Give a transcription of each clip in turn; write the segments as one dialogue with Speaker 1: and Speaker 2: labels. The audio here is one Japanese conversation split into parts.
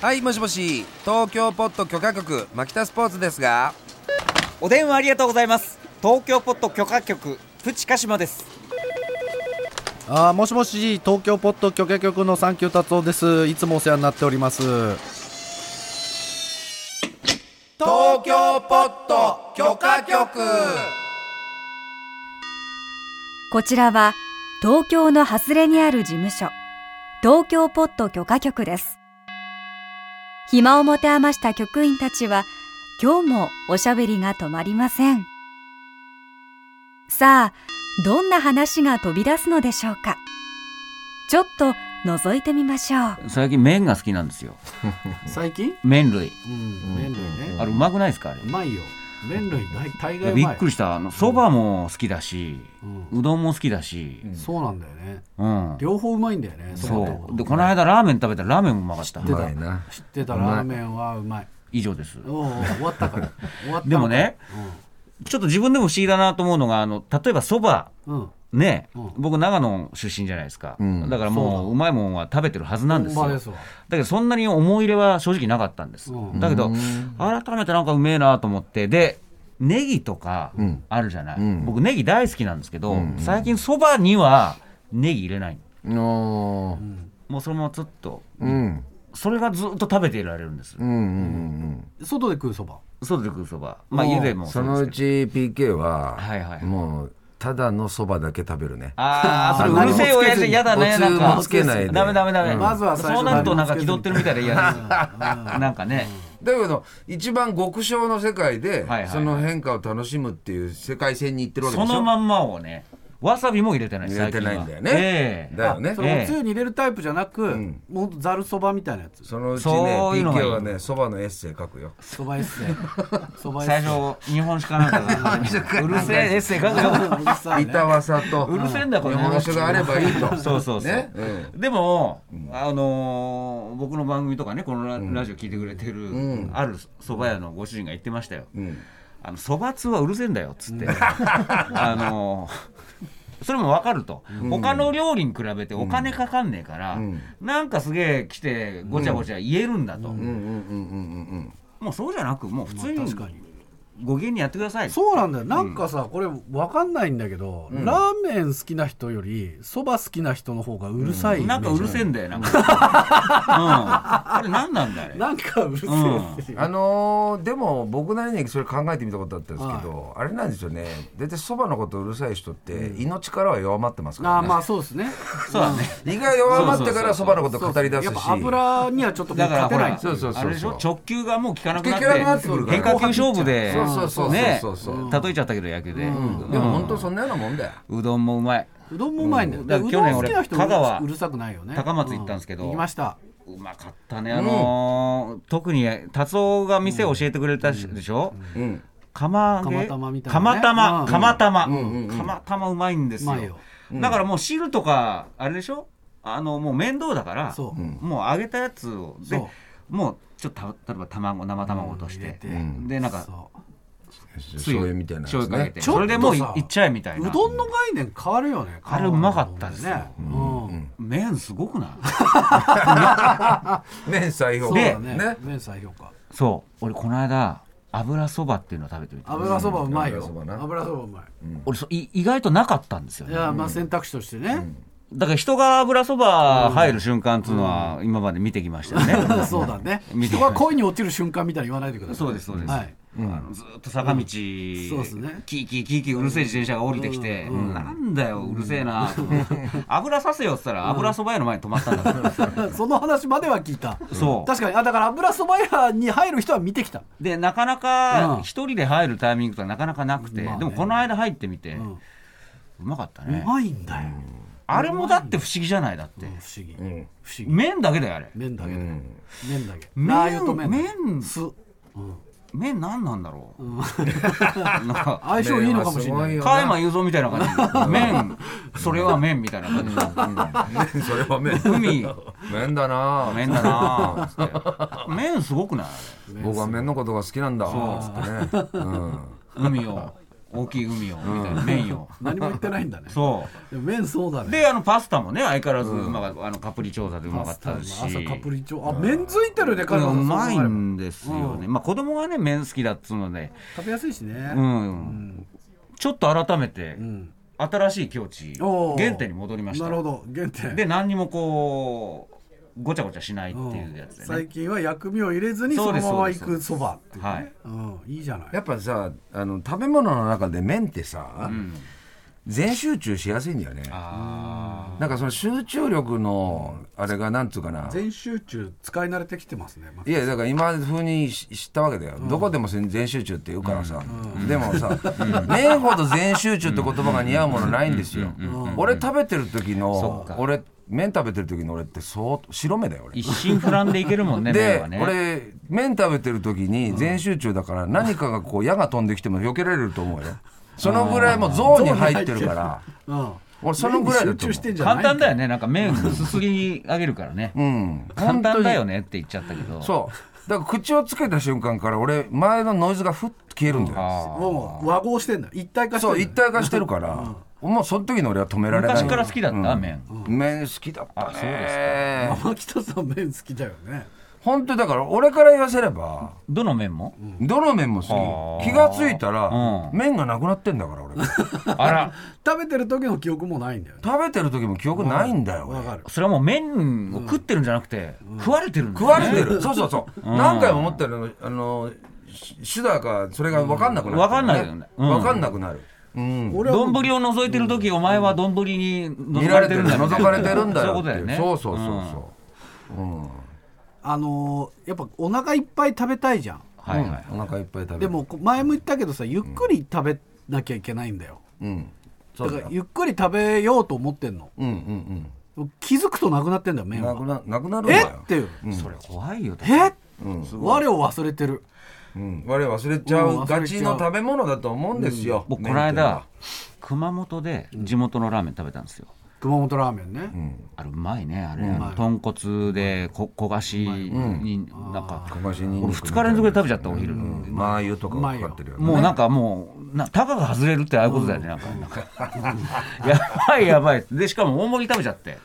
Speaker 1: はいもしもし東京ポット許可局牧田スポーツですが
Speaker 2: お電話ありがとうございます東京ポット許可局プチカシマです
Speaker 3: あーもしもし東京ポッド許可局のサンキュー達夫ですいつもお世話になっております
Speaker 1: 東京ポット許可局
Speaker 4: こちらは東京の外れにある事務所、東京ポット許可局です。暇を持て余した局員たちは、今日もおしゃべりが止まりません。さあ、どんな話が飛び出すのでしょうか。ちょっと覗いてみましょう。
Speaker 5: 最近麺が好きなんですよ
Speaker 6: 最近
Speaker 5: 麺類
Speaker 6: うん麺類ね
Speaker 5: あれうまくないですかあれ
Speaker 6: うまいよ麺類大大概うまい
Speaker 5: びっくりしたあのそばも好きだし、うどんも好きだし、
Speaker 6: そうなんだよね
Speaker 5: うん
Speaker 6: 両方うまいんだよね
Speaker 5: そうでこの間ラーメン食べたらラーメンもうまかった
Speaker 6: 知ってた
Speaker 1: な
Speaker 6: 知ってたラーメンはうまい
Speaker 5: 以上です
Speaker 6: おうおう終わった から終わったのか
Speaker 5: でもねちょっと自分でも不思議だなと思うのがあの例えばそば
Speaker 6: うんうん
Speaker 5: ね、
Speaker 6: うん
Speaker 5: 僕長野出身じゃないですか、
Speaker 1: ん
Speaker 5: だからもううまいもんは食べてるはずなんです
Speaker 6: ほ
Speaker 5: よ
Speaker 6: んまですわ
Speaker 5: だけどそんなに思い入れは正直なかったんです、
Speaker 6: うん
Speaker 5: だけど改めてなんかうめえなと思ってでネギとかあるじゃない、僕ネギ大好きなんですけど、最近そばにはネギ入れない
Speaker 1: の
Speaker 5: もうそのままずっと
Speaker 1: うん
Speaker 5: それがずっと食べていられるんです、
Speaker 1: うんうん
Speaker 6: 外で食うそば
Speaker 5: 外で食うそばまあ家でも
Speaker 1: そ
Speaker 5: で
Speaker 1: の
Speaker 5: す
Speaker 1: う
Speaker 5: けど
Speaker 1: ち PK は
Speaker 5: はいはい
Speaker 1: もうただのそばだけ食べるね
Speaker 5: ああそれうるせえ親父嫌だねなん
Speaker 1: 何
Speaker 5: か
Speaker 1: もつけずにおつゆもつけないで
Speaker 5: ダメダメダメ、
Speaker 6: うんまずは最初
Speaker 5: そうなるとなんか気取ってるみたいで嫌ですなんかね、
Speaker 1: だけど一番極小の世界で、
Speaker 5: はいはい
Speaker 1: その変化を楽しむっていう世界線に行ってるわけ
Speaker 5: そ
Speaker 1: でしょ
Speaker 5: のまんまをねわさびも入れてない
Speaker 1: 入れてないんだよね、
Speaker 5: ええ
Speaker 1: だよね
Speaker 6: そ
Speaker 1: そ,、
Speaker 6: れおつゆに入れるタイプじゃなく、
Speaker 1: ん
Speaker 6: もうざるそばみたいなやつ
Speaker 1: のうちね
Speaker 5: そういうのがいい
Speaker 1: PK はねそばのエッセイ書く よ
Speaker 6: そばエッセ イそばエッセ
Speaker 5: 最
Speaker 6: イ
Speaker 5: 初日本酒かなんかがうるせえエッセイ書くよ
Speaker 6: うるさいね
Speaker 1: 板わさと
Speaker 5: うるせえんだこ
Speaker 1: 日
Speaker 5: れ
Speaker 1: 本酒があればいいと
Speaker 5: そうそうそう、
Speaker 1: ね
Speaker 5: でも、あのー僕の番組とかねこのラ,、ジオ聞いてくれてる、ある蕎麦屋のご主人が言ってましたよ
Speaker 1: ん
Speaker 5: 「あの蕎麦通はうるせえんだよ」っつって、 あのーそれも分かると、他の料理に比べてお金かかんねえから、なんかすげえ来てごちゃごちゃ言えるんだと、もうそうじゃなくもう普通に
Speaker 6: 確かに
Speaker 5: ご機嫌にやってください
Speaker 6: そうなんだよなんかさ、これわかんないんだけど、ラーメン好きな人よりそば好きな人の方がうるさい、
Speaker 5: なんかうるせえんだよなんか、うん、あれ何なんだあれ
Speaker 6: なんかうるせえっていう
Speaker 1: あのーでも僕なりにそれ考えてみたことあったんですけど、あれなんですよね大体そばのことうるさい人って胃の力は弱まってますから
Speaker 6: あー
Speaker 1: ね、
Speaker 6: まあそうで すね
Speaker 5: そうだね
Speaker 1: 胃が弱まってからそばのこと語り出すし
Speaker 6: やっぱ油にはちょっと
Speaker 5: だから
Speaker 6: 勝
Speaker 5: ほ
Speaker 6: てな
Speaker 5: ら
Speaker 6: い
Speaker 1: そうそうそう
Speaker 5: あれでしょ直球がもう効かなくなっ
Speaker 1: 効かなくなって
Speaker 5: て
Speaker 1: くるから
Speaker 5: 変化球勝負で
Speaker 1: そうそうそうそう
Speaker 5: ね
Speaker 1: そうそうそう
Speaker 5: 例えちゃったけど野球で
Speaker 1: でも本当そんなようなもんだよ
Speaker 5: うどんもうまいう
Speaker 6: どんもうまいんだよ、
Speaker 5: ん
Speaker 6: だ
Speaker 5: だ
Speaker 6: か
Speaker 5: からら
Speaker 6: うどん好きな
Speaker 5: 去
Speaker 6: 人
Speaker 5: 年俺香川
Speaker 6: うるさくないよね
Speaker 5: 高松行ったんですけど
Speaker 6: う行きました
Speaker 5: うまかったねあのー特に達夫が店を教えてくれたしでしょ
Speaker 1: うん
Speaker 5: 釜揚げ
Speaker 6: 釜玉みたいなね
Speaker 5: 釜
Speaker 6: う
Speaker 5: 玉
Speaker 6: ん
Speaker 5: 釜玉
Speaker 1: んうんうん
Speaker 5: 釜玉うまいんです
Speaker 6: うまい
Speaker 5: よ
Speaker 6: よ
Speaker 5: だからもう汁とかあれでしょあのもう面倒だから
Speaker 6: そう
Speaker 5: もう揚げたやつをで
Speaker 6: そう
Speaker 5: もうちょっとた例えば卵生卵落とし
Speaker 6: 入れ
Speaker 5: て
Speaker 6: て
Speaker 5: でなんか
Speaker 6: そ
Speaker 5: つゆ
Speaker 1: 醤油みたいなやつ
Speaker 5: 醤油かけて
Speaker 6: ちょっ
Speaker 5: そ
Speaker 6: とさ
Speaker 5: れでもういいっちゃえみたいうな
Speaker 6: うどんの概念変わるよね
Speaker 5: あれうまかったですよ
Speaker 6: ね、うん
Speaker 5: 麺すごくない
Speaker 1: 麺最
Speaker 6: そ
Speaker 1: 評
Speaker 6: う
Speaker 1: 価
Speaker 6: だ
Speaker 1: ね
Speaker 6: ね麺再評価
Speaker 5: そう俺この間油そばっていうのを食べてみた
Speaker 6: 油そばうまいよ、
Speaker 1: 油そばな
Speaker 6: 油そばうまい、
Speaker 5: 俺そい意外となかったんですよ
Speaker 6: い
Speaker 5: ね
Speaker 6: やまあ選択肢としてね、
Speaker 5: だから人が油そば入る瞬間っつうのは今まで見てきましたよね、
Speaker 6: そうだね
Speaker 5: 見て
Speaker 6: 人
Speaker 5: きま
Speaker 6: が
Speaker 5: した
Speaker 6: 恋に落ちる瞬間みたいに言わないでください
Speaker 5: そうですそうです
Speaker 6: はい、
Speaker 5: あのずーっと坂道、
Speaker 6: そうですね
Speaker 5: キーキーキーキーうるせえ自転車が降りてきて、なんだようるせえなと思って、 油させよっつったら油そば屋の前に止まったんだから、
Speaker 6: その話までは聞いた
Speaker 5: そう
Speaker 6: 確かにあだから油そば屋に入る人は見てきた
Speaker 5: でなかな
Speaker 6: うん
Speaker 5: か一人で入るタイミングとかなかなかなくて、
Speaker 6: まあね
Speaker 5: でもこの間入ってみて、うんまかった
Speaker 6: う
Speaker 5: ね
Speaker 6: まいんだよ
Speaker 5: あれもだって不思議じゃないだって
Speaker 6: 不思議、不思議
Speaker 5: 麺だけだよあれ
Speaker 6: 麺だけだ、麺だけ
Speaker 5: 麺
Speaker 6: ラー油と麺
Speaker 5: 麺
Speaker 6: 酢
Speaker 5: 麺何 なんだろう、なんか
Speaker 6: 相性いいのかもしれな
Speaker 1: 麺はすご
Speaker 6: い
Speaker 1: いよ
Speaker 5: 加山雄三みたいな感じ麺それは麺みたいな感じ
Speaker 1: 麺それは麺
Speaker 5: 海
Speaker 1: 麺だな
Speaker 5: 麺だなぁつって麺すごくない
Speaker 1: 僕は麺のことが好きなんだつってね、うん、
Speaker 5: 海を大きい海をみたいな麺を
Speaker 6: 何も言ってないんだね。
Speaker 5: そう
Speaker 6: でも麺そうだね。
Speaker 5: であのパスタもね相変わらずうまかったあのカプリチョーザでうまかったし
Speaker 6: 朝カプリチョ。あ、麺ついてるね、彼
Speaker 5: う
Speaker 6: は。
Speaker 5: まいんですよね、まあ子供がね麺好きだっつうので、
Speaker 6: 食べやすいしね。
Speaker 5: う
Speaker 6: うんん。
Speaker 5: ちょっと改めて
Speaker 6: うん。
Speaker 5: 新しい境地
Speaker 6: おー
Speaker 5: 原点に戻りました
Speaker 6: なるほど、原点。
Speaker 5: で何にもこうごちゃごちゃしないっていうやつで
Speaker 6: 最
Speaker 5: ね
Speaker 6: 近は薬味を入れずに
Speaker 5: そ
Speaker 6: そう
Speaker 5: で
Speaker 6: の
Speaker 5: す
Speaker 6: まま行
Speaker 5: そうで
Speaker 6: く
Speaker 5: す
Speaker 6: そばっていうね、
Speaker 5: はい
Speaker 6: うん、いいじゃない
Speaker 1: やっぱさあの食べ物の中で麺ってさ、全集中しやすいんだよねなんかその集中力のあれがなんつうかな
Speaker 6: 全集中使い慣れてきてますね、ま
Speaker 1: いやだから今風にし知ったわけだよ、どこでも全全集中って言うからさ、でもさ、麺ほど全集中って言葉が似合うものないんですよ、俺食べてる時の俺麺食べてる時の俺ってそう白目だよ俺
Speaker 5: 一心不乱でいけるもんね麺
Speaker 1: で
Speaker 5: はね
Speaker 1: 俺麺食べてる時に全集中だから何かがこう矢が飛んできても避けられると思うよそのぐらいもうゾーンに入ってるから
Speaker 6: あうん、
Speaker 1: 俺そのぐらいだと思
Speaker 6: 全
Speaker 1: う
Speaker 6: 集中してんじゃな
Speaker 5: 簡
Speaker 6: い
Speaker 5: 単だよ
Speaker 6: ね
Speaker 5: ねなんか麺すすり上げるからね、
Speaker 1: うん
Speaker 5: 簡単だよ
Speaker 1: ね
Speaker 5: ねって言っちゃったけど
Speaker 1: そうだから口をつけた瞬間から俺前のノイズがふっと消えるんだよ
Speaker 5: あー
Speaker 6: もう和合してんだ一体化してん
Speaker 1: そう
Speaker 6: だ
Speaker 1: 一体化してるからもうその時の俺は止められない
Speaker 5: 昔から好きだった、麺
Speaker 1: 麺好きだったね
Speaker 5: あそう
Speaker 1: です
Speaker 6: 天北さん麺好きだよね
Speaker 1: 本当だから俺から言わせれば
Speaker 5: どの麺も、
Speaker 1: どの麺も好
Speaker 5: はあ
Speaker 1: き気がついたら
Speaker 5: うん
Speaker 1: 麺がなくなってんだから俺
Speaker 5: あら
Speaker 6: 食べてる時の記憶もないんだよね
Speaker 1: 食べてる時も記憶ないんだよ
Speaker 6: わ
Speaker 1: 俺
Speaker 6: かる
Speaker 5: それはもう麺を食ってるんじゃなくて、食われてるんだ
Speaker 1: 食
Speaker 5: よ
Speaker 1: わ
Speaker 5: ね
Speaker 1: れてるそうそうそう何回も思ったのあのし手段かそれが分かんなくなる
Speaker 5: 分かんないよねうん
Speaker 1: 分かんなくなるうん
Speaker 6: 俺は
Speaker 5: 丼
Speaker 6: もう
Speaker 5: を覗いてる時、お前は丼に
Speaker 1: 見
Speaker 5: 覗
Speaker 1: ら
Speaker 5: か
Speaker 1: れてる
Speaker 5: れてる
Speaker 1: ん
Speaker 5: んだ
Speaker 1: だ
Speaker 5: よ
Speaker 1: 覗かれてるんだ
Speaker 5: そうい
Speaker 1: よ
Speaker 5: うことだよね
Speaker 1: そうそうそう
Speaker 5: うん
Speaker 1: そううん
Speaker 6: あのーやっぱお腹いっぱい食べたいじゃん
Speaker 5: はいはい、
Speaker 1: うんお腹いっぱい食べる
Speaker 6: でもこう前も言ったけどさゆっくり食べなきゃいけないんだよ、
Speaker 1: うんそ
Speaker 6: だ
Speaker 1: う
Speaker 6: か
Speaker 1: だ
Speaker 6: ら
Speaker 1: よ
Speaker 6: ゆっくり食べようと思ってんの
Speaker 1: うんうん
Speaker 6: 気づくとなくなってんだよ
Speaker 1: うん
Speaker 6: 麺
Speaker 1: な
Speaker 6: は
Speaker 1: くななくなるんだ
Speaker 6: え
Speaker 1: よ
Speaker 6: っていう、
Speaker 5: それ怖いよだって
Speaker 6: え
Speaker 1: うん
Speaker 6: 我を忘れてる
Speaker 1: うん我々忘れちゃ
Speaker 6: うん
Speaker 1: う
Speaker 6: 忘
Speaker 1: ガ
Speaker 6: れちゃう
Speaker 1: チの食べ物だと思うんですよ
Speaker 5: 僕この間熊本で地元のラーメン食べたんですよ
Speaker 6: 熊本ラーメンね、
Speaker 5: あれうまいねあれ、
Speaker 6: まい
Speaker 5: 豚骨でこ焦がしになんか、
Speaker 1: 2
Speaker 5: 2日連続で食べちゃったお昼、
Speaker 1: マー油とかがかかってるよね
Speaker 5: もうなんかもうなたかが外れるってああいうことだよね、なんかなんか やばいやばいでしかも大盛り食べちゃって、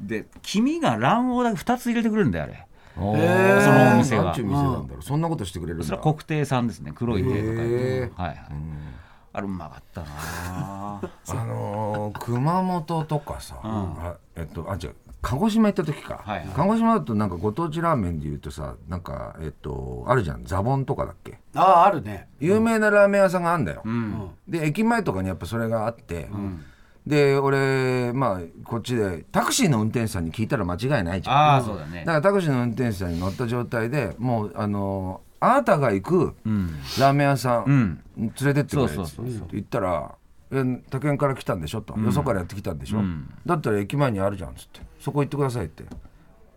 Speaker 5: で黄身が卵黄だけ2つ入れてくれるんだよあれ
Speaker 1: お
Speaker 6: へー
Speaker 1: ー
Speaker 5: そのお店が
Speaker 1: なんちゅう店なんだろうそんなことしてくれるん
Speaker 5: それ
Speaker 1: だ
Speaker 5: は国定さんですね黒い亭とか言
Speaker 1: へ
Speaker 5: ってはいはい、あれうまかったな
Speaker 1: あのー熊本とかさ、あえっとあ違う鹿児島行った時か、
Speaker 5: はいはい
Speaker 1: 鹿児島だとなんかご当地ラーメンで言うとさなんかえっとあるじゃんザボンとかだっけ
Speaker 6: あああるね
Speaker 1: 有名なラーメン屋さんがあんだよ、
Speaker 5: ん
Speaker 1: で駅前とかにやっぱそれがあって、で俺まあこっちでタクシーの運転手さんに聞いたら間違いないじゃん
Speaker 5: ああそうだね
Speaker 1: だからタクシーの運転手さんに乗った状態でもうあのーあなたが行くラーメン屋さん、連れてってくれって
Speaker 5: そうそうそうそう
Speaker 1: 言ったら「え他県から来たんでしょ」と「よそからやってきたんでしょ」だったら駅前にあるじゃん」っつって「そこ行ってください」って「い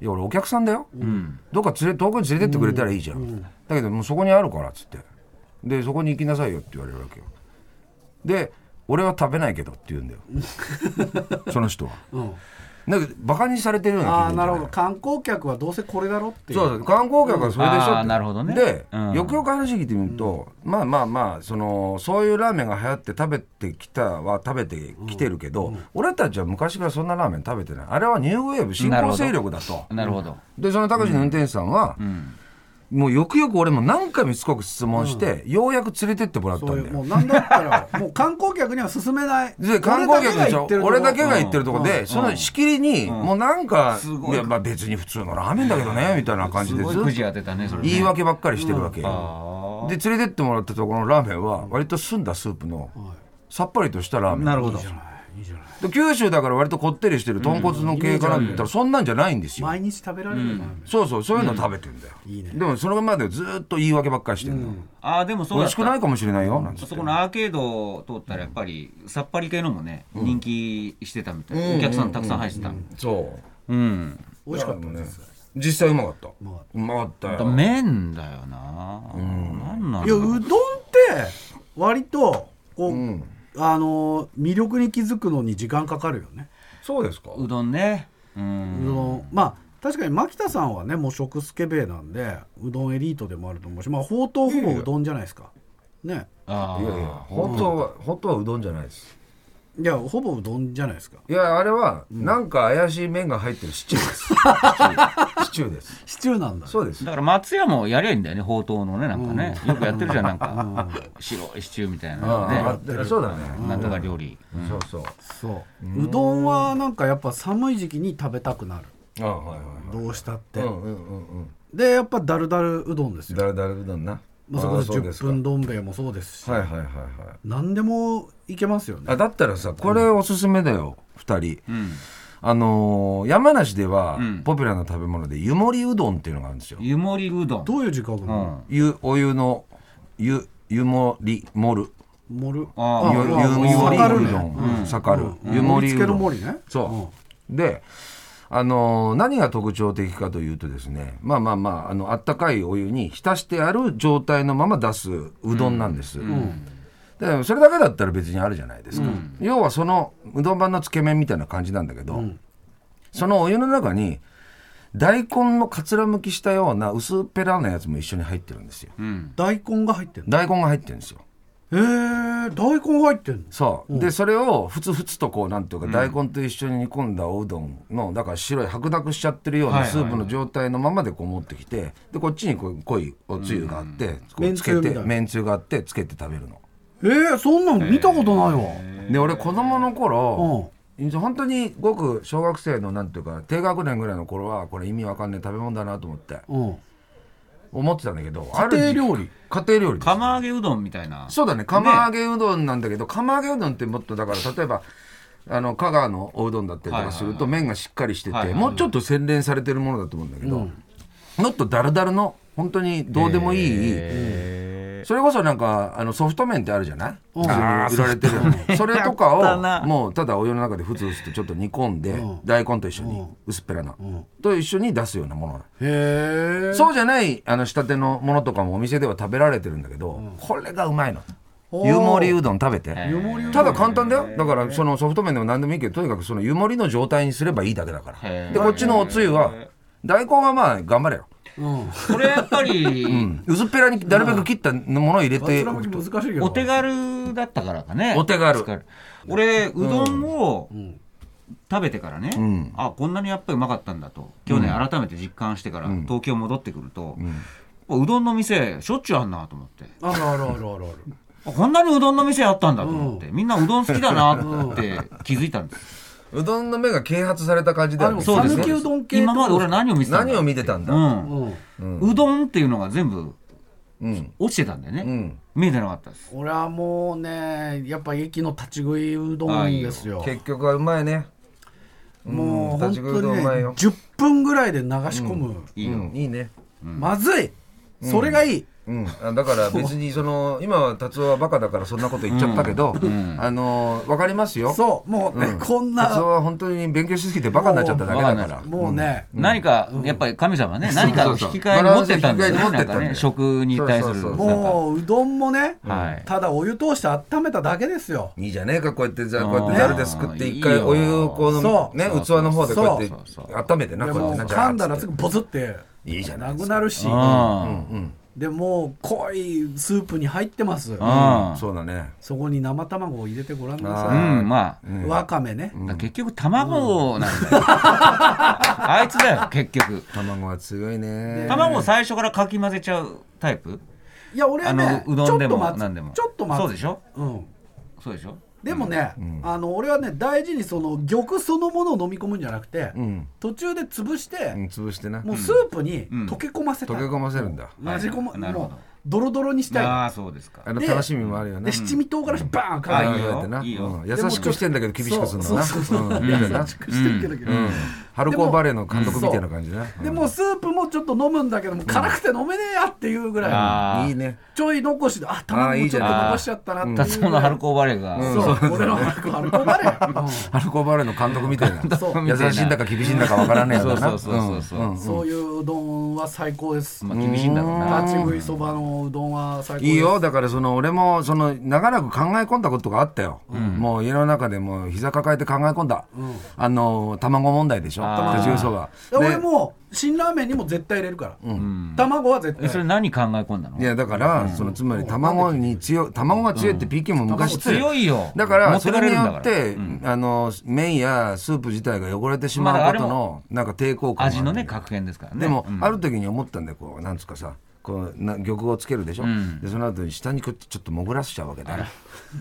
Speaker 1: や俺お客さんだよ、どっか連れ遠くに連れてってくれたらいいじゃん」だけどもうそこにあるから」っつって「でそこに行きなさいよ」って言われるわけよで「俺は食べないけど」って言うんだよその人は。
Speaker 6: うん
Speaker 1: なんかバカにされてるような気
Speaker 6: ああ
Speaker 1: 分
Speaker 6: な
Speaker 1: じゃ
Speaker 6: る
Speaker 1: い
Speaker 6: ほど観光客はどうせこれだろっていう
Speaker 1: そうそう観光客はそれでしょって、
Speaker 5: あーなるほどね
Speaker 1: で、
Speaker 5: うん
Speaker 1: よくよく話聞いてみると、まあまあまあそのそういうラーメンが流行って食べてきたは食べてきてるけど、俺たちは昔からそんなラーメン食べてないあれはニューウェーブ新興勢力だと
Speaker 5: なるほど、
Speaker 1: でその高橋の運転手さんは、もうよくよく俺も何回もしつこく質問して、ようやく連れてってもらったん
Speaker 6: そう
Speaker 1: だ
Speaker 6: い
Speaker 1: よ
Speaker 6: うもうなんだったらもう観光客には勧めない
Speaker 1: で観光客でしょ俺だけが行って
Speaker 6: る
Speaker 1: るとこで、そのしきりに、もうなんか、いやまあ別に普通のラーメンだけどねみたいな感じ
Speaker 5: す
Speaker 1: でず
Speaker 5: ご
Speaker 1: っ
Speaker 5: い
Speaker 1: と
Speaker 5: くじ当てたねそれね
Speaker 1: 言い訳ばっかりしてるわけ、
Speaker 5: あ
Speaker 1: で連れてってもらったところのラーメンは割と澄んだスープのさっぱりとしたラーメン
Speaker 5: なるほど
Speaker 6: いいじゃない
Speaker 1: で九州だから割とこってりしてる豚骨の系かなって言ったらそんなんじゃないんですよ
Speaker 6: 毎日食べられるよな
Speaker 1: そうそうそういうの食べてんだよ、
Speaker 6: いいね
Speaker 1: でもそのままでずっと言い訳ばっかりしてるの、
Speaker 5: あーでもそう
Speaker 1: 美
Speaker 5: だ
Speaker 1: 味
Speaker 5: っ
Speaker 1: しくな
Speaker 5: た
Speaker 1: いかもしれないよなんつっ
Speaker 5: そ
Speaker 1: て
Speaker 5: このアーケードを通ったらやっぱりさっぱり系のもね、人気してたみたいな、お客さんたくさん入ってた、うん
Speaker 1: そう
Speaker 6: 美味しかった
Speaker 1: ね
Speaker 6: ね
Speaker 1: 実際うまかったう
Speaker 6: まかっ
Speaker 1: まかった
Speaker 5: だ
Speaker 1: よ
Speaker 5: から麺だよな、なんなん
Speaker 6: いやう
Speaker 5: だ
Speaker 6: どんって割とこう、あのー魅力に気づくのに時間かかるよね、
Speaker 1: そうですか
Speaker 5: うどんねうん
Speaker 6: うどんまあ確かに牧田さんはねもう食スケベなんでうどんエリートでもあると思うしまあほうとうほぼうどんじゃないですかね
Speaker 5: あ
Speaker 1: いやいや本当は本当はうどんじゃないです
Speaker 6: いやほぼうどんじゃないですか
Speaker 1: いやあれはなんか怪しい麺が入ってるシチューですシチューシチューです
Speaker 6: シチューなんだ
Speaker 1: そうです
Speaker 5: だから松屋もやりゃいいんだよね宝刀のねなんかね、よくやってるじゃんなんか、白いシチューみたいな
Speaker 1: あ
Speaker 5: ね、
Speaker 1: ああそうだね
Speaker 5: なんとか料理、
Speaker 1: そうそう
Speaker 6: そううどんはなんかやっぱ寒い時期に食べたくなる
Speaker 1: あはいはいはい
Speaker 6: どうしたって、
Speaker 1: うんうんうんうん
Speaker 6: でやっぱだるだるうどんですよ
Speaker 1: だるだるうどんな
Speaker 6: まあ、それこ
Speaker 1: あ
Speaker 6: そ
Speaker 1: そうです
Speaker 6: 10
Speaker 1: か
Speaker 6: 分どん兵衛もそうですし、
Speaker 1: はいはいはいはい
Speaker 6: 何でもいけますよね
Speaker 1: あだったらさこれおすすめだよ二人あのー山梨ではポピュラーな食べ物で湯盛りうどんっていうのがあるんですよ
Speaker 5: 湯盛りうどん
Speaker 6: どういう時間か
Speaker 5: う
Speaker 6: も、
Speaker 5: ん
Speaker 1: 湯お湯の湯湯盛り盛る
Speaker 6: 盛る
Speaker 5: あ
Speaker 1: 湯
Speaker 5: ー
Speaker 1: 湯
Speaker 5: う
Speaker 1: 盛り
Speaker 6: 盛る
Speaker 1: うど
Speaker 6: ね
Speaker 1: ん盛る湯
Speaker 6: 盛
Speaker 1: 盛
Speaker 6: り
Speaker 1: り
Speaker 6: 付け
Speaker 1: う
Speaker 6: る
Speaker 1: どん
Speaker 6: 盛りね
Speaker 1: そう。で、あのー何が特徴的かというとですね、まあまあまあ、あの、あったかいお湯に浸してある状態のまま出すうどんなんです。でそれだけだったら別にあるじゃないですか、要はそのうどん版のつけ麺みたいな感じなんだけど、そのお湯の中に大根のかつらむきしたような薄っぺらなやつも一緒に入ってるんですよ
Speaker 5: うん
Speaker 6: 大根が入ってんの
Speaker 1: 大根が入ってるんですよ
Speaker 6: へえ大根入ってんの
Speaker 1: そう、でそれをふつふつとこうなんていうか大根と一緒に煮込んだおうどんのだから白い白濁しちゃってるよう
Speaker 5: はい
Speaker 1: な
Speaker 5: はい
Speaker 1: スープの状態のままでこう持ってきてでこっちにこう濃いおつゆがあって、こうつけ
Speaker 6: めんつゆみた
Speaker 1: て
Speaker 6: いな
Speaker 1: めんつゆがあってつけて食べるの。
Speaker 6: えー、そんなの見たことないわ、
Speaker 1: で俺子供の頃、本当にごく小学生のなんていうか低学年ぐらいの頃はこれ意味わかんない食べ物だなと思って
Speaker 6: うんうん
Speaker 1: 思ってたんだけど
Speaker 6: 家庭料
Speaker 1: 理
Speaker 6: 理
Speaker 1: 家庭料理です
Speaker 5: 釜揚げうどんみたいな
Speaker 1: そうだね釜揚げうどんなんだけど、釜揚げうどんってもっとだから例えばあの香川のおうどんだったりと
Speaker 5: は
Speaker 1: か
Speaker 5: いはいはい
Speaker 1: すると麺がしっかりしてて、
Speaker 5: はいはい
Speaker 1: もうちょっと洗練されてるものだと思うんだけど、もっとダルダルの本当にどうでもいい、それこそなんかあのソフト麺ってあるじゃない普通に売られてるよねそれと
Speaker 5: やった
Speaker 1: か
Speaker 5: な
Speaker 1: をもうただお湯の中でふつふつとちょっと煮込んで、大根と一緒に、薄っぺらな、と一緒に出すようなものなの
Speaker 6: へえ
Speaker 1: そうじゃないあの仕立てのものとかもお店では食べられてるんだけど、これがうまいの
Speaker 6: おー
Speaker 1: 湯盛りうどん食べて
Speaker 5: 湯盛
Speaker 1: ただ簡単だよだからそのソフト麺でも何でもいいけどとにかくその湯盛りの状態にすればいいだけだから
Speaker 5: へー
Speaker 1: でこっちのおつゆは大根はまあ頑張れよ、
Speaker 5: これやっぱり、
Speaker 1: うん、薄っぺらになるべく切ったものを入れ
Speaker 6: あち
Speaker 1: て
Speaker 6: ら向き難しいけど
Speaker 5: お手軽だったからかね
Speaker 1: お手軽
Speaker 5: 俺うどんを食べてからね、あこんなにやっぱりうまかったんだと去年改めて実感してから東京戻ってくると、やっぱうどんの店しょっちゅうあんなと思って
Speaker 6: あるあるあるあるある
Speaker 5: あこんなにうどんの店あったんだと思って、みんなうどん好きだなって気づいたんです
Speaker 1: うどんの目が啓発された感じだよね
Speaker 6: あそうです
Speaker 1: ね
Speaker 6: 讃岐うどん系って
Speaker 5: 今まで俺は何を見てたんだ
Speaker 1: 何を見てたんだ、
Speaker 5: うん
Speaker 6: うん
Speaker 5: うどんっていうのが全部
Speaker 1: うん
Speaker 5: 落ちてたんだよね、
Speaker 1: うん
Speaker 5: 見えてなかったです
Speaker 6: 俺はもうねやっぱ駅の立ち食いうどんですよ
Speaker 1: 結局はうまいね
Speaker 6: もう本
Speaker 1: 立ち食
Speaker 6: 当
Speaker 1: いうどん
Speaker 6: に
Speaker 1: う
Speaker 6: ね
Speaker 1: まいよ
Speaker 6: 10分ぐらいで流し込む、
Speaker 5: いいよ、
Speaker 1: うんいいね
Speaker 6: まずい、それがいい
Speaker 1: うん、あだから別にそ の今は達夫はバカだからそんなこと言っちゃったけど、あの分かりますよ
Speaker 6: そうもうね、こん
Speaker 1: 達夫
Speaker 6: な
Speaker 1: は本当に勉強しすぎてバカになっちゃっただけだから
Speaker 6: もうね、
Speaker 5: 何か、やっぱり神様ね、何かを引き換えに
Speaker 1: バラ
Speaker 5: 持
Speaker 1: ン
Speaker 5: っ
Speaker 1: スを
Speaker 5: てたんだよね、
Speaker 1: 引き換えに持っ
Speaker 5: な
Speaker 1: て
Speaker 5: ん
Speaker 1: ったん
Speaker 5: か
Speaker 1: だよ
Speaker 5: ね、食に対する。
Speaker 1: そうそうそう
Speaker 5: なんか
Speaker 6: もううどんもね、
Speaker 5: はい
Speaker 6: ただお湯通して温めただけですよ
Speaker 1: いいじゃねえかこうやってじゃあ
Speaker 5: うん
Speaker 1: こうやってざるですくって
Speaker 5: いい
Speaker 1: 一
Speaker 5: よ
Speaker 1: 回お湯をこ
Speaker 6: そ
Speaker 1: の
Speaker 6: う
Speaker 1: ね
Speaker 5: そう
Speaker 1: 器の方でこうやって温めてな
Speaker 6: で
Speaker 1: こうやっ
Speaker 6: もう
Speaker 1: てな
Speaker 6: 噛んだらすぐ
Speaker 1: ジャーッつっ
Speaker 6: ボツって
Speaker 1: ていいじゃない
Speaker 6: な
Speaker 1: で
Speaker 6: く
Speaker 1: す
Speaker 6: な
Speaker 1: か
Speaker 6: るし
Speaker 5: うん
Speaker 6: でもう濃いスープに入ってます
Speaker 5: うん
Speaker 1: そうだね
Speaker 6: そこに生卵を入れてごらんな
Speaker 5: う
Speaker 6: さ
Speaker 5: んうん、まあ、
Speaker 6: い、わかめね、
Speaker 5: 結局卵なんだよ。あいつだよ、結局。
Speaker 1: 卵は強いね
Speaker 5: 卵を最初からかき混ぜちゃうタイプ
Speaker 6: いや俺は
Speaker 5: あ
Speaker 6: ね
Speaker 5: の、うどんでも何でも。
Speaker 6: ちょっと待つちょっと待つ
Speaker 5: そうでしょそう
Speaker 6: うん、
Speaker 5: でしょ
Speaker 6: でもね、あの俺はね大事にその玉そのものを飲み込むんじゃなくて、
Speaker 1: ん
Speaker 6: 途中で潰して、
Speaker 1: うん潰してな
Speaker 6: もう
Speaker 1: 溶
Speaker 6: スープに
Speaker 5: ん
Speaker 6: 溶け込ませた、
Speaker 1: け込ませるんだ
Speaker 6: 混ぜ込ま、
Speaker 5: はいなるほ
Speaker 6: も
Speaker 5: ど
Speaker 6: うドロドロにしたい、
Speaker 5: ああ、そうですか
Speaker 1: あ。の
Speaker 6: で
Speaker 1: 楽しみもあるよ
Speaker 6: で
Speaker 1: ね
Speaker 6: 七味唐辛子バーンか
Speaker 5: あ
Speaker 6: け
Speaker 5: いい
Speaker 6: て
Speaker 5: よ
Speaker 1: やってな
Speaker 5: いうよ
Speaker 1: ん優しくしてんだけど厳しくするんだ
Speaker 6: そうそうそう
Speaker 1: なうんやだな
Speaker 6: 優しくしてるけど、
Speaker 1: うん春高バレーの監督みたいな感じね
Speaker 6: でもうスープもちょっと飲むんだけども辛くて飲めねえやっていうぐらい、
Speaker 5: ああ
Speaker 1: いいね
Speaker 6: ちょい残しであ
Speaker 1: あーい
Speaker 6: 卵
Speaker 1: い
Speaker 6: ち
Speaker 1: じ
Speaker 6: ょ
Speaker 1: ゃ
Speaker 6: っ
Speaker 1: な
Speaker 6: と
Speaker 1: い
Speaker 6: 残しちゃったなっていう
Speaker 5: 達夫の春高バレーが。
Speaker 6: そう俺の春子春子バレー、うん
Speaker 1: 春高バレーの監督みたいな
Speaker 6: そう
Speaker 5: みたいな
Speaker 1: 優しいんだか厳しいんだかわからねえよ
Speaker 5: そう
Speaker 1: な
Speaker 5: そうそうそうそう。
Speaker 6: そういううどんは最高です、
Speaker 5: まあ厳しいんだろうな。
Speaker 6: 立ち食いそばののうどんは最高です
Speaker 1: いいよだからその俺もその長らく考え込んだことがあったよ、もう家の中でもう膝抱えて考え込んだ、あの卵問題でしょ
Speaker 5: あー
Speaker 1: 立ちそば
Speaker 6: いや
Speaker 1: で
Speaker 6: 俺も辛ラーメンにも絶対入れるから、卵は絶
Speaker 5: えそれ
Speaker 6: 対
Speaker 5: 何考え込んだの
Speaker 1: いやだから、そのつまり卵に強い卵が強いって PK も昔つ
Speaker 5: 強いよ
Speaker 1: だから
Speaker 5: 持って
Speaker 1: そ
Speaker 5: か
Speaker 1: れ
Speaker 5: れ
Speaker 1: に
Speaker 5: るんだ
Speaker 1: よ
Speaker 5: か
Speaker 1: っ
Speaker 5: ら
Speaker 1: て、あの麺やスープ自体が汚れてしま
Speaker 5: まああ
Speaker 1: うこ
Speaker 5: れ
Speaker 1: と
Speaker 5: も
Speaker 1: のなんか抵抗感がある
Speaker 5: 味のね格変ですからね
Speaker 1: でも、
Speaker 5: うん
Speaker 1: ある時に思ったんだよこうなんつうかさこうな玉をつけるでしょ、でその後に下にこうやってちょっと潜らせちゃうわけだよ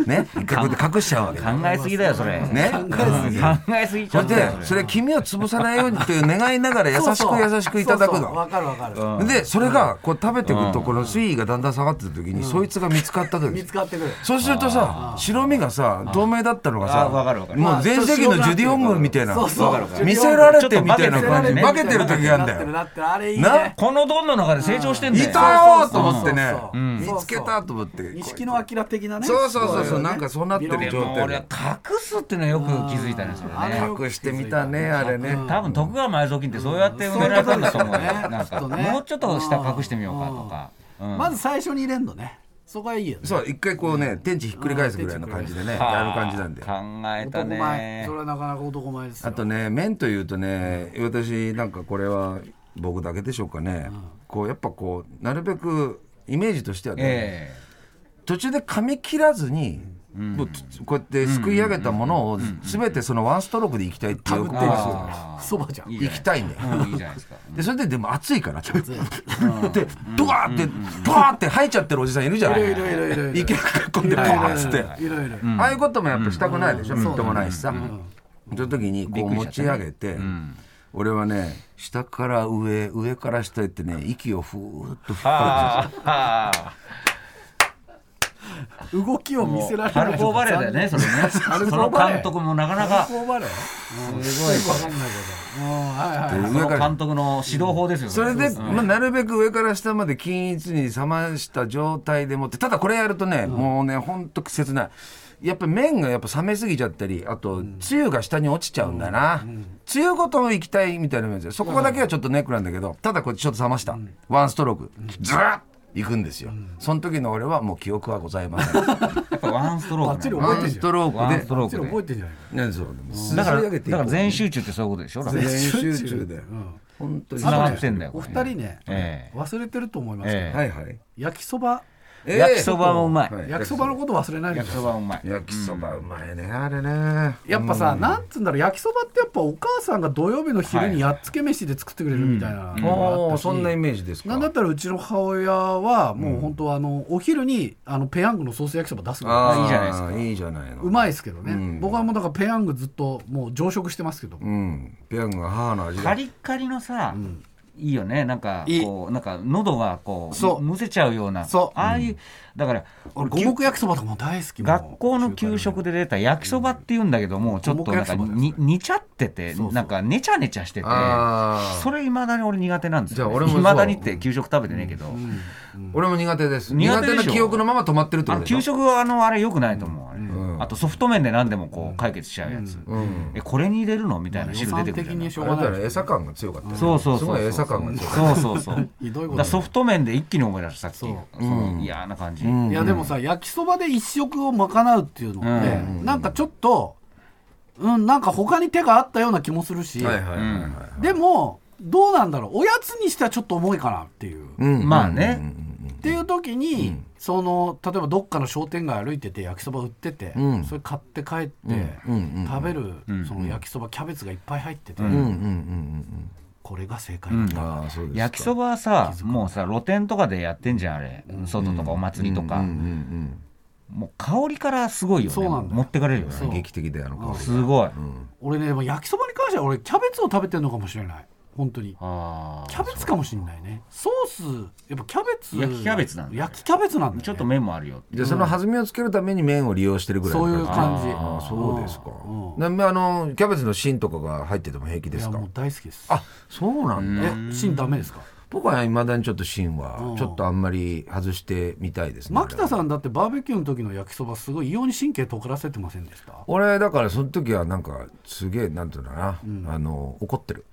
Speaker 1: ね一回こうやって隠しちゃうわけだよ
Speaker 5: 考えすぎだよそれ
Speaker 1: ね
Speaker 5: うん考えすぎち
Speaker 1: そ
Speaker 5: ゃ
Speaker 1: れ
Speaker 5: ったよ
Speaker 1: でそれ君を潰さないようにっていう願いながら優 しく優しくいただく
Speaker 6: そうそうわ
Speaker 1: の
Speaker 6: かるわかる、
Speaker 1: でそれがこう食べていくとこの水位がだんだん下がってた時にそいつが見つかった時
Speaker 6: 見つかってくる
Speaker 1: そうするとさ白身がさ透明だったのが
Speaker 5: あ
Speaker 1: さ
Speaker 5: わかるわかる
Speaker 1: もう全盛期のジュディ・オングみたいな
Speaker 6: そうそう
Speaker 1: 見せられてみたい
Speaker 5: ちょ
Speaker 1: な
Speaker 5: っと化
Speaker 1: 感じ
Speaker 5: けてるね
Speaker 1: 化けてる時があるんだ
Speaker 6: なってる
Speaker 1: よ
Speaker 6: なってるあれいいね
Speaker 1: な
Speaker 5: このどんの中で成長してん
Speaker 1: い
Speaker 5: だよ
Speaker 1: たよーと思ってね
Speaker 6: そうそうそう
Speaker 1: 見つけたと思って
Speaker 6: 錦野明的なね
Speaker 1: そうそうそう
Speaker 6: い
Speaker 1: そう
Speaker 6: ね
Speaker 1: なんかそうなってる
Speaker 5: で
Speaker 1: 状
Speaker 5: も
Speaker 1: 態
Speaker 5: 俺は
Speaker 1: で
Speaker 5: 隠すっていうのはよく気づいたねそれ
Speaker 6: あれ
Speaker 5: ね
Speaker 6: は
Speaker 1: 隠してみたねあれね
Speaker 5: 多分徳川埋蔵金ってそうやって埋められたんだと思うよ
Speaker 6: そういうことですよね
Speaker 5: なんか
Speaker 6: きっとね
Speaker 5: もうちょっと下隠してみようかとかうん
Speaker 6: まず最初に入れんのねそこはいいよね
Speaker 1: そう一回こうね天地ひっくり返すぐらいの感じでねやる感じなんで
Speaker 5: 考えた
Speaker 6: 男前
Speaker 5: ね
Speaker 6: それはなかなか男前ですよ
Speaker 1: あとね麺というとね私なんかこれは僕だけでしょうかねこうやっぱこうなるべくイメージとしてはね
Speaker 5: え
Speaker 1: 途中で噛み切らずに、もうつこうやってすくい上げたものを全てそのワンストロークでいきたいっていうこ
Speaker 5: え
Speaker 6: ん
Speaker 1: と
Speaker 6: あ
Speaker 5: あ
Speaker 6: そばじゃん
Speaker 5: ーいい
Speaker 1: 行
Speaker 5: ね
Speaker 1: きたいんだよ。
Speaker 5: うんいいじゃないですか
Speaker 1: でそれででも暑い からちょっとでドワーってドワーって吐いちゃってるおじさんいるじゃない
Speaker 6: いろいろいろいろ
Speaker 1: いけ込んでパーッつって
Speaker 6: いろいろ
Speaker 1: ああいうこともやっぱしたくないでしょみっともないしさその時にこう持ち上げて俺はね下から上上から下へってね息をふーっと吹っ張
Speaker 5: あーあ
Speaker 6: 動きを見せら
Speaker 5: ー
Speaker 6: れな
Speaker 5: 春
Speaker 6: い
Speaker 5: 高バレーだよねそれね
Speaker 6: 春
Speaker 5: そ
Speaker 6: 高
Speaker 5: の
Speaker 6: バレー
Speaker 5: 監督もなかなか
Speaker 6: 春高バレー
Speaker 5: すごい
Speaker 6: わかんないけどうんはいはい
Speaker 1: る
Speaker 5: そ
Speaker 1: で上
Speaker 5: の
Speaker 1: から
Speaker 5: 監督の指導法ですよ
Speaker 1: それで、
Speaker 5: うん
Speaker 1: まあ、なるべく上から下まで均一に冷ました状態でもってただこれやるとね、もうねほんと切ないやっぱ麺がやっぱ冷めすぎちゃったりあとつゆが下に落ちちゃうんだなつゆ、ごともいきたいみたいなイメージでそこだけはちょっとネックなんだけどただこれちょっと冷ました、ワンストロークずらっ行くんですよ、その時の俺はもう記憶はございません
Speaker 5: やっぱワンストロ
Speaker 6: ば
Speaker 5: ー
Speaker 6: っ
Speaker 5: ク
Speaker 6: ち
Speaker 5: な
Speaker 6: り
Speaker 5: の
Speaker 1: ワ
Speaker 6: 覚
Speaker 1: ン
Speaker 6: えてる
Speaker 1: ス
Speaker 6: じゃ
Speaker 1: ト
Speaker 6: ん
Speaker 1: ロ
Speaker 5: ワ
Speaker 1: ー
Speaker 5: ン
Speaker 1: ク
Speaker 5: ス
Speaker 1: で
Speaker 5: トローク
Speaker 6: 覚え
Speaker 5: で
Speaker 6: てるじゃない
Speaker 1: ねそうでも
Speaker 5: だから
Speaker 1: 吸い上げてい
Speaker 5: だ
Speaker 1: こ
Speaker 5: か
Speaker 1: う
Speaker 5: ら全集中ってそういうことでしょだから
Speaker 1: 全集中だよ、本当に
Speaker 5: つながってんだよ
Speaker 6: お
Speaker 5: これ
Speaker 6: 二人ね
Speaker 5: ええ
Speaker 6: 忘れてると思いますけど
Speaker 5: え
Speaker 1: はいはい、
Speaker 6: 焼きそば
Speaker 5: え焼きそばもうまい
Speaker 1: はい
Speaker 6: 焼きそばのこと忘れないで
Speaker 5: 焼
Speaker 6: く
Speaker 5: き
Speaker 6: ださ
Speaker 5: そ
Speaker 6: い
Speaker 5: ばうまい
Speaker 1: 焼きそばうまいね、あれね
Speaker 6: やっぱさ、なんつうんだろう焼きそばってやっぱお母さんが土曜日の昼にやっつけ飯で作ってくれるみたいなのがあっ
Speaker 1: お
Speaker 6: た
Speaker 1: ー
Speaker 6: し
Speaker 1: そんなイメージですか
Speaker 6: なんだったらうちの母親はもう本当あのお昼にあのペヤングのソース焼きそば出す
Speaker 1: あー
Speaker 6: の
Speaker 5: いいじゃないですか
Speaker 1: いいじゃないの
Speaker 6: うまいですけどね、
Speaker 1: ん
Speaker 6: 僕はもうだからペヤングずっともう常食してますけど、
Speaker 1: うんペヤングは母の味
Speaker 5: カ
Speaker 1: だ
Speaker 5: リッカリのさ、いいよねなんか
Speaker 6: いい
Speaker 5: こうなんか喉がこう
Speaker 6: そう
Speaker 5: むせちゃうような
Speaker 6: そう
Speaker 5: ああいう、だから
Speaker 6: 俺五目焼きそばとかも大好きもう
Speaker 5: 学校の給食で出た焼きそばって言うんだけども、ちょっとなんか
Speaker 6: 五目焼きそばです
Speaker 5: に煮ちゃっててなんかネチャネチャしてて
Speaker 1: あー
Speaker 5: それいまだに俺苦手なんですよ、
Speaker 1: じゃあ俺もそう
Speaker 5: いまだにって給食食べてねえけど、
Speaker 1: 俺も苦手です苦
Speaker 5: 苦手
Speaker 1: 手
Speaker 5: でしょ
Speaker 1: な記憶のまま止まってるって
Speaker 5: あ
Speaker 1: こ
Speaker 5: の
Speaker 1: とでしょ
Speaker 5: 給食はあのあれよくないと思う、あれ
Speaker 1: ん
Speaker 5: あとソフト麺で何でもこう解決しちゃうやつ、
Speaker 1: うん
Speaker 5: えこれに入れるのみたいな
Speaker 6: 予
Speaker 5: 汁出
Speaker 6: 算
Speaker 5: てく
Speaker 6: 的
Speaker 5: るじゃん
Speaker 6: にしょ
Speaker 1: あれ
Speaker 6: う
Speaker 1: だ
Speaker 6: が
Speaker 1: か
Speaker 6: ない
Speaker 1: ら餌感が強かったよね
Speaker 5: そうそう
Speaker 1: す
Speaker 5: そ
Speaker 1: ごいう餌
Speaker 5: そう
Speaker 1: 感が強かっ
Speaker 5: そうそうそう
Speaker 6: ひどいこ
Speaker 5: だか
Speaker 6: と
Speaker 5: ら
Speaker 6: だ
Speaker 5: ソフト麺で一気に思い出したさっき
Speaker 6: そう
Speaker 5: その嫌な感じ、
Speaker 1: ん
Speaker 6: いやでもさ焼きそばで一食を賄うっていうのって、なんかちょっとうんなんか他に手があったような気もするし、
Speaker 1: たはいはいはいはい
Speaker 6: でもどうなんだろうおやつにしてはちょっと重いかなっていう、
Speaker 1: うん
Speaker 5: まあね、
Speaker 6: っていう時に、その例えばどっかの商店街歩いてて焼きそば売ってて、
Speaker 1: うん
Speaker 6: それ買って帰って、
Speaker 1: うんうん
Speaker 6: 食べる、その焼きそばキャベツがいっぱい入ってて、
Speaker 1: うんうんうん
Speaker 6: これが正解なん
Speaker 1: うん
Speaker 6: だ、
Speaker 1: ああそうですか
Speaker 5: 焼きそばはさもうさ露店とかでやってんじゃんあれ、外とかお祭りとか、
Speaker 1: うんうん
Speaker 5: もう香りからすごいよね
Speaker 6: そうなんだよ
Speaker 5: 持ってかれるよね
Speaker 1: うん
Speaker 6: そう
Speaker 1: 劇的であの香り
Speaker 5: すごい、
Speaker 6: 俺ねでも焼きそばに関しては俺キャベツを食べてるのかもしれない本当に
Speaker 5: あ
Speaker 6: キ
Speaker 5: ー
Speaker 6: ャベツかもしれないねソースやっぱキャベツ
Speaker 5: 焼きキャベツなんだよ
Speaker 6: 焼きキャベツなんだよね
Speaker 5: ちょっと麺もあるよ
Speaker 1: でその弾みをつけるために麺を利用してるぐらい
Speaker 6: そういう感じ
Speaker 1: ああそうですか
Speaker 6: うん
Speaker 1: であのキャベツの芯とかが入ってても平気で
Speaker 6: い
Speaker 1: す
Speaker 6: や
Speaker 1: か
Speaker 6: もう大好きです
Speaker 1: あそうなんだ
Speaker 6: え芯ダメですか
Speaker 1: 僕はいまだにちょっと芯
Speaker 6: う
Speaker 1: は
Speaker 6: ん
Speaker 1: ちょっとあんまり外してみたいですね
Speaker 6: 牧田さんだってバーベキューの時の焼きそばすごい異様に神経とがらせてませんでした
Speaker 1: 俺だからその時はなんかすげえなんていうのかな、あの怒ってる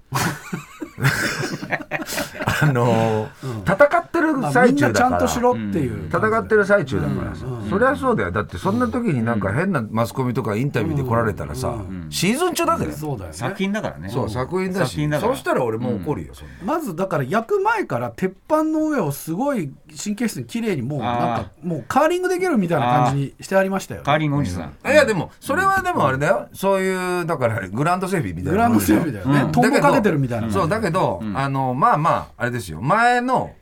Speaker 1: あのー戦ってる
Speaker 6: まあみ
Speaker 1: 最
Speaker 6: ん
Speaker 1: 中
Speaker 6: な
Speaker 1: だ
Speaker 6: ち
Speaker 1: か
Speaker 6: ゃん
Speaker 1: ら
Speaker 6: としろっていう、
Speaker 1: 戦ってる最中だからさ、そりゃそうだよだってそんな時になんか変なマスコミとかインタビューで来られたらさ、シーズン中だぜ、
Speaker 6: そうだよね
Speaker 5: 作品だからね
Speaker 1: そう作品だし
Speaker 5: 作品だから
Speaker 1: そうしたら俺もう怒るよ、そんな
Speaker 6: まずだから焼く前から鉄板の上をすごい神経質に綺麗にもうなんかもうカーリングできるみたいな感じにしてありましたよ、
Speaker 5: カーリングおじさん
Speaker 1: いやでもそれはでもあれだよ、そういうだからグランド整備みたいな
Speaker 6: グランド整備だよね、トンボかけてるみたいな、
Speaker 1: そうだけど、あのまあまああれですよ前の、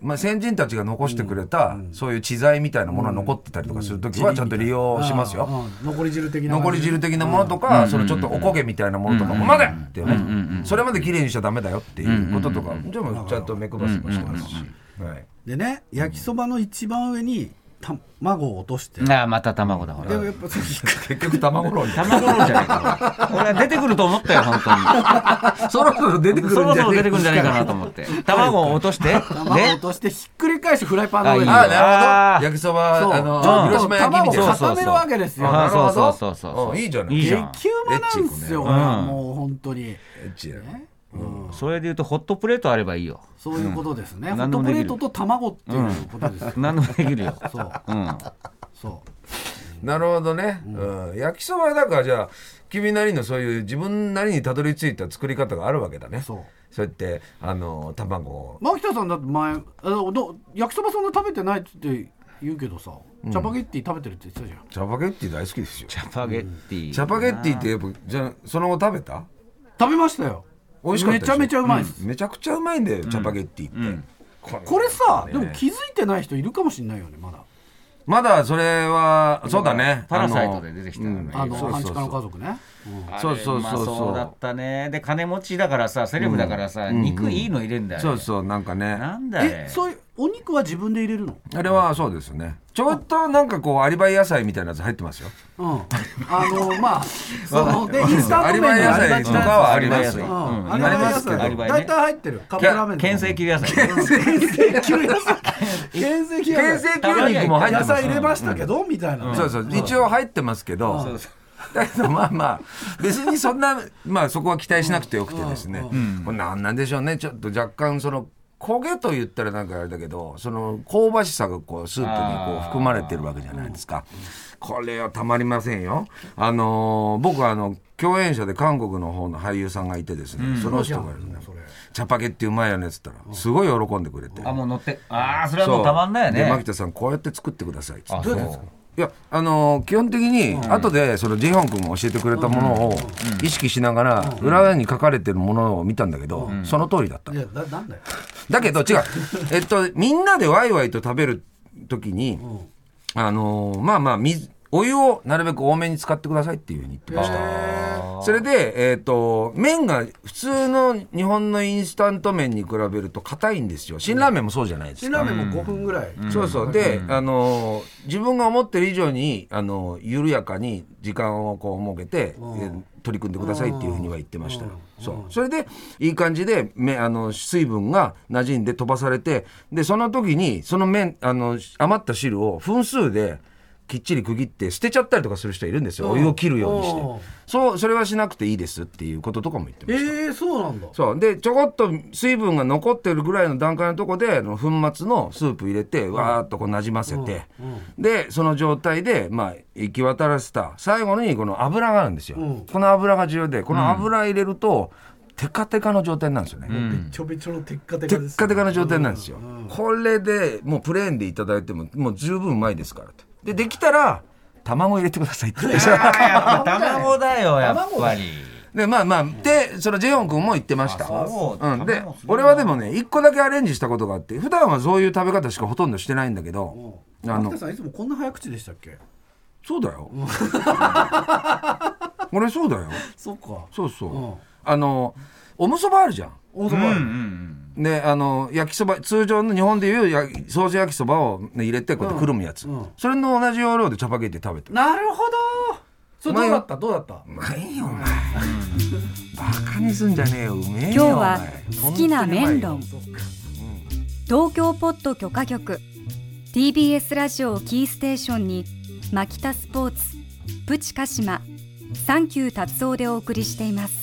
Speaker 1: まあ、先人たちが残してくれた、そういう知財みたいなものは残ってたりとかするときはちゃんと利用しますよ、
Speaker 6: うん残り汁的な感じ
Speaker 1: 残り汁的なものとか、そのちょっとおこげみたいなものとかも、まだやってね、それまで綺麗にしちゃダメだよっていうこととか、じゃあもうちゃんと目配せもしてますし、はい、
Speaker 6: でね焼きそばの一番上に卵を落として、
Speaker 5: ああまた卵だほ
Speaker 6: で
Speaker 5: ら
Speaker 6: もやっぱそれ引っか
Speaker 1: 結局卵論に
Speaker 5: 卵のじゃないかな俺は出てくると思ったよ本当に
Speaker 1: そろそろ出てくるんじ
Speaker 5: そ
Speaker 1: ゃな
Speaker 5: ろ
Speaker 1: い
Speaker 5: そろ出てくるんじゃないかなと思って。卵を落として、で、
Speaker 6: 卵を落としてひっくり返してフライパンの上に
Speaker 5: あ
Speaker 1: ああ
Speaker 5: いいよ
Speaker 1: な
Speaker 5: あ
Speaker 1: るほど
Speaker 5: ー
Speaker 1: 焼きそばあ
Speaker 6: そう
Speaker 1: の広島焼きみたい
Speaker 6: 卵
Speaker 1: な
Speaker 6: を固めるわけですよ
Speaker 5: あ
Speaker 1: なるほど
Speaker 5: そうそうそうそう。
Speaker 1: うんいいじゃない
Speaker 5: いいじゃん。
Speaker 6: 激うまなんですよ、
Speaker 1: エッチい
Speaker 5: 子ねうん
Speaker 6: もう本当に
Speaker 5: それで言うとホットプレートあればいいよ。
Speaker 6: そういうことですね、
Speaker 5: うん
Speaker 6: ホットプレートと卵っていうことです、
Speaker 5: 何でもできるよ。
Speaker 6: そう
Speaker 5: うん。
Speaker 6: そう
Speaker 1: なるほどね、うん焼きそばはだからじゃあ君なりのそういう自分なりにたどり着いた作り方があるわけだね
Speaker 6: そう
Speaker 1: そうやってあの卵を
Speaker 6: 牧田さんだって前あのど焼きそばそんな食べてないって言うけどさ、チャパゲッティ食べてるって言ってたじゃん
Speaker 1: チャパゲッティ大好きですよ
Speaker 5: チャパゲッティ。
Speaker 1: チャパゲッティってやっぱじゃあその後食べた
Speaker 6: 食べましたよ
Speaker 1: 美味しかった
Speaker 6: めちゃめちゃうまいです、
Speaker 1: めちゃくちゃうまいんだよチャパゲッティって、
Speaker 6: これさ、
Speaker 1: ね
Speaker 6: でも気づいてない人いるかもしれないよねまだ
Speaker 1: まだそれはそうだね
Speaker 5: パラサイトで出てきたのね
Speaker 1: あ
Speaker 6: あ
Speaker 1: の
Speaker 6: の
Speaker 1: そう
Speaker 6: 半
Speaker 1: そう
Speaker 6: 地
Speaker 1: そ
Speaker 6: 下の
Speaker 1: う
Speaker 6: 家族ね、うん
Speaker 1: そうそうそうそう
Speaker 5: あれうまそうだったね。で、金持ちだからさ、セレブだからさ、肉いいの入れんだよ。
Speaker 1: そうそうなんかね
Speaker 5: なんだ
Speaker 6: え
Speaker 5: よ。
Speaker 6: そういうお肉は自分で入れるの
Speaker 1: あれはそうですよねちょっとなんかこうアリバイ野菜みたいなやつ入ってますよ
Speaker 6: うんあのまあそのでインスタン
Speaker 1: ア
Speaker 6: ト
Speaker 1: リ
Speaker 6: 麺
Speaker 1: バイ
Speaker 6: に
Speaker 1: 野
Speaker 6: ありが
Speaker 1: 菜
Speaker 6: ち
Speaker 1: と
Speaker 6: な
Speaker 1: か
Speaker 6: やつ
Speaker 1: はあります
Speaker 5: う
Speaker 1: よ
Speaker 5: ん
Speaker 6: うん
Speaker 5: あ
Speaker 6: あ
Speaker 5: り
Speaker 6: り
Speaker 5: ま
Speaker 6: ますす
Speaker 5: け
Speaker 6: け
Speaker 5: ど
Speaker 6: ど、大体入ってるカップラーメン
Speaker 5: 牽制切り野菜。
Speaker 6: 牽制切
Speaker 1: 牽制牛肉も入って
Speaker 6: 野
Speaker 1: ま
Speaker 6: 菜
Speaker 1: す
Speaker 6: 入れましたけど、みたいなね、
Speaker 1: そうそう一応入ってますけどだけどまあまあ別にそんなまあそこは期待しなくてよくてですねこれなんなんでしょうねちょっと若干その焦げと言ったらなんかあれだけどその香ばしさがこうスープにこう含まれてるわけじゃないですかこれはたまりませんよあのー僕はあの共演者で韓国の方の俳優さんがいてですね、その人がですね「チャパゲってうまいよね」っつったらすごい喜んでくれて
Speaker 5: あ、もう乗って。ああ、それはもうたまんないよ
Speaker 1: で牧
Speaker 5: ね。
Speaker 1: 田さんこうやって作ってくださいっつって
Speaker 5: あそう
Speaker 1: いやあのー基本的に後でそのジェヒョン君も教えてくれたものを意識しながら裏に書かれてるものを見たんだけどその通りだった
Speaker 6: いやななんだよ
Speaker 1: だけど 違うえっとみんなでワイワイと食べる時にあのーまあまあ水お湯をなるべく多めに使ってくださいっていうふうに言ってましたそれでえっと麺が普通の日本のインスタント麺に比べると硬いんですよ辛ラーメンもそうじゃないですか
Speaker 6: 辛ラーメンも5分ぐらい、
Speaker 1: そうそうで、あのー自分が思ってる以上に、あのー緩やかに時間をこう設けて、えー取り組んでくださいっていうふうには言ってましたよ、そうそれでいい感じでめあの水分が馴染んで飛ばされてでその時にその麺あの余った汁を分数できっちり区切って捨てちゃったりとかする人いるんですよ、お湯を切るようにして
Speaker 6: うん
Speaker 1: そうそれはしなくていいですっていうこととかも言ってま
Speaker 6: え
Speaker 1: した
Speaker 6: ー、そうなんだ
Speaker 1: そうでちょこっと水分が残ってるぐらいの段階のとこであの粉末のスープ入れてわーっとこうなじませて、でその状態で、まあ、行き渡らせた最後にこの油があるんですよ、
Speaker 6: ん
Speaker 1: この油が重要でこの油入れると、テカテカの状態なんですよね、
Speaker 6: べっちょべちょのテッカテ
Speaker 1: テ
Speaker 6: カです
Speaker 1: ッカテカの状態なんですよ、これでもうプレーンでいただいてももう十分うまいですからとでできたら卵入れてください って言ってました
Speaker 5: あーやっぱ卵だよ、やっぱり。
Speaker 1: でまあまあでそのジェヨン君も言ってました
Speaker 5: あそう
Speaker 1: うん、で
Speaker 5: 卵すごい
Speaker 1: 俺はでもね一個だけアレンジしたことがあって普段はそういう食べ方しかほとんどしてないんだけどあ
Speaker 6: 牧
Speaker 1: の
Speaker 6: 田さんいつもこんな早口でしたっけ
Speaker 1: そうだよ 俺そうだよ
Speaker 6: そうか
Speaker 1: そうそう、
Speaker 6: うん
Speaker 1: あのおむそばあるじゃん
Speaker 6: 大阪、
Speaker 5: うんうん。
Speaker 1: ね、あの焼きそば通常の日本でいうやソース焼きそばを、ね、入れてこうやってくるむやつ、
Speaker 6: うんうん
Speaker 1: それの同じ要領でチャパゲッティ食べて
Speaker 6: なるほどそれどうだったどうだった
Speaker 1: うまいよお前バカにすんじゃねえようめえよ
Speaker 4: 今日は
Speaker 1: お前
Speaker 4: 好きな麺論
Speaker 6: そっか
Speaker 4: 東京ポッド許可局 TBS ラジオをキーステーションにマキタスポーツプチカシマサンキュー達夫でお送りしています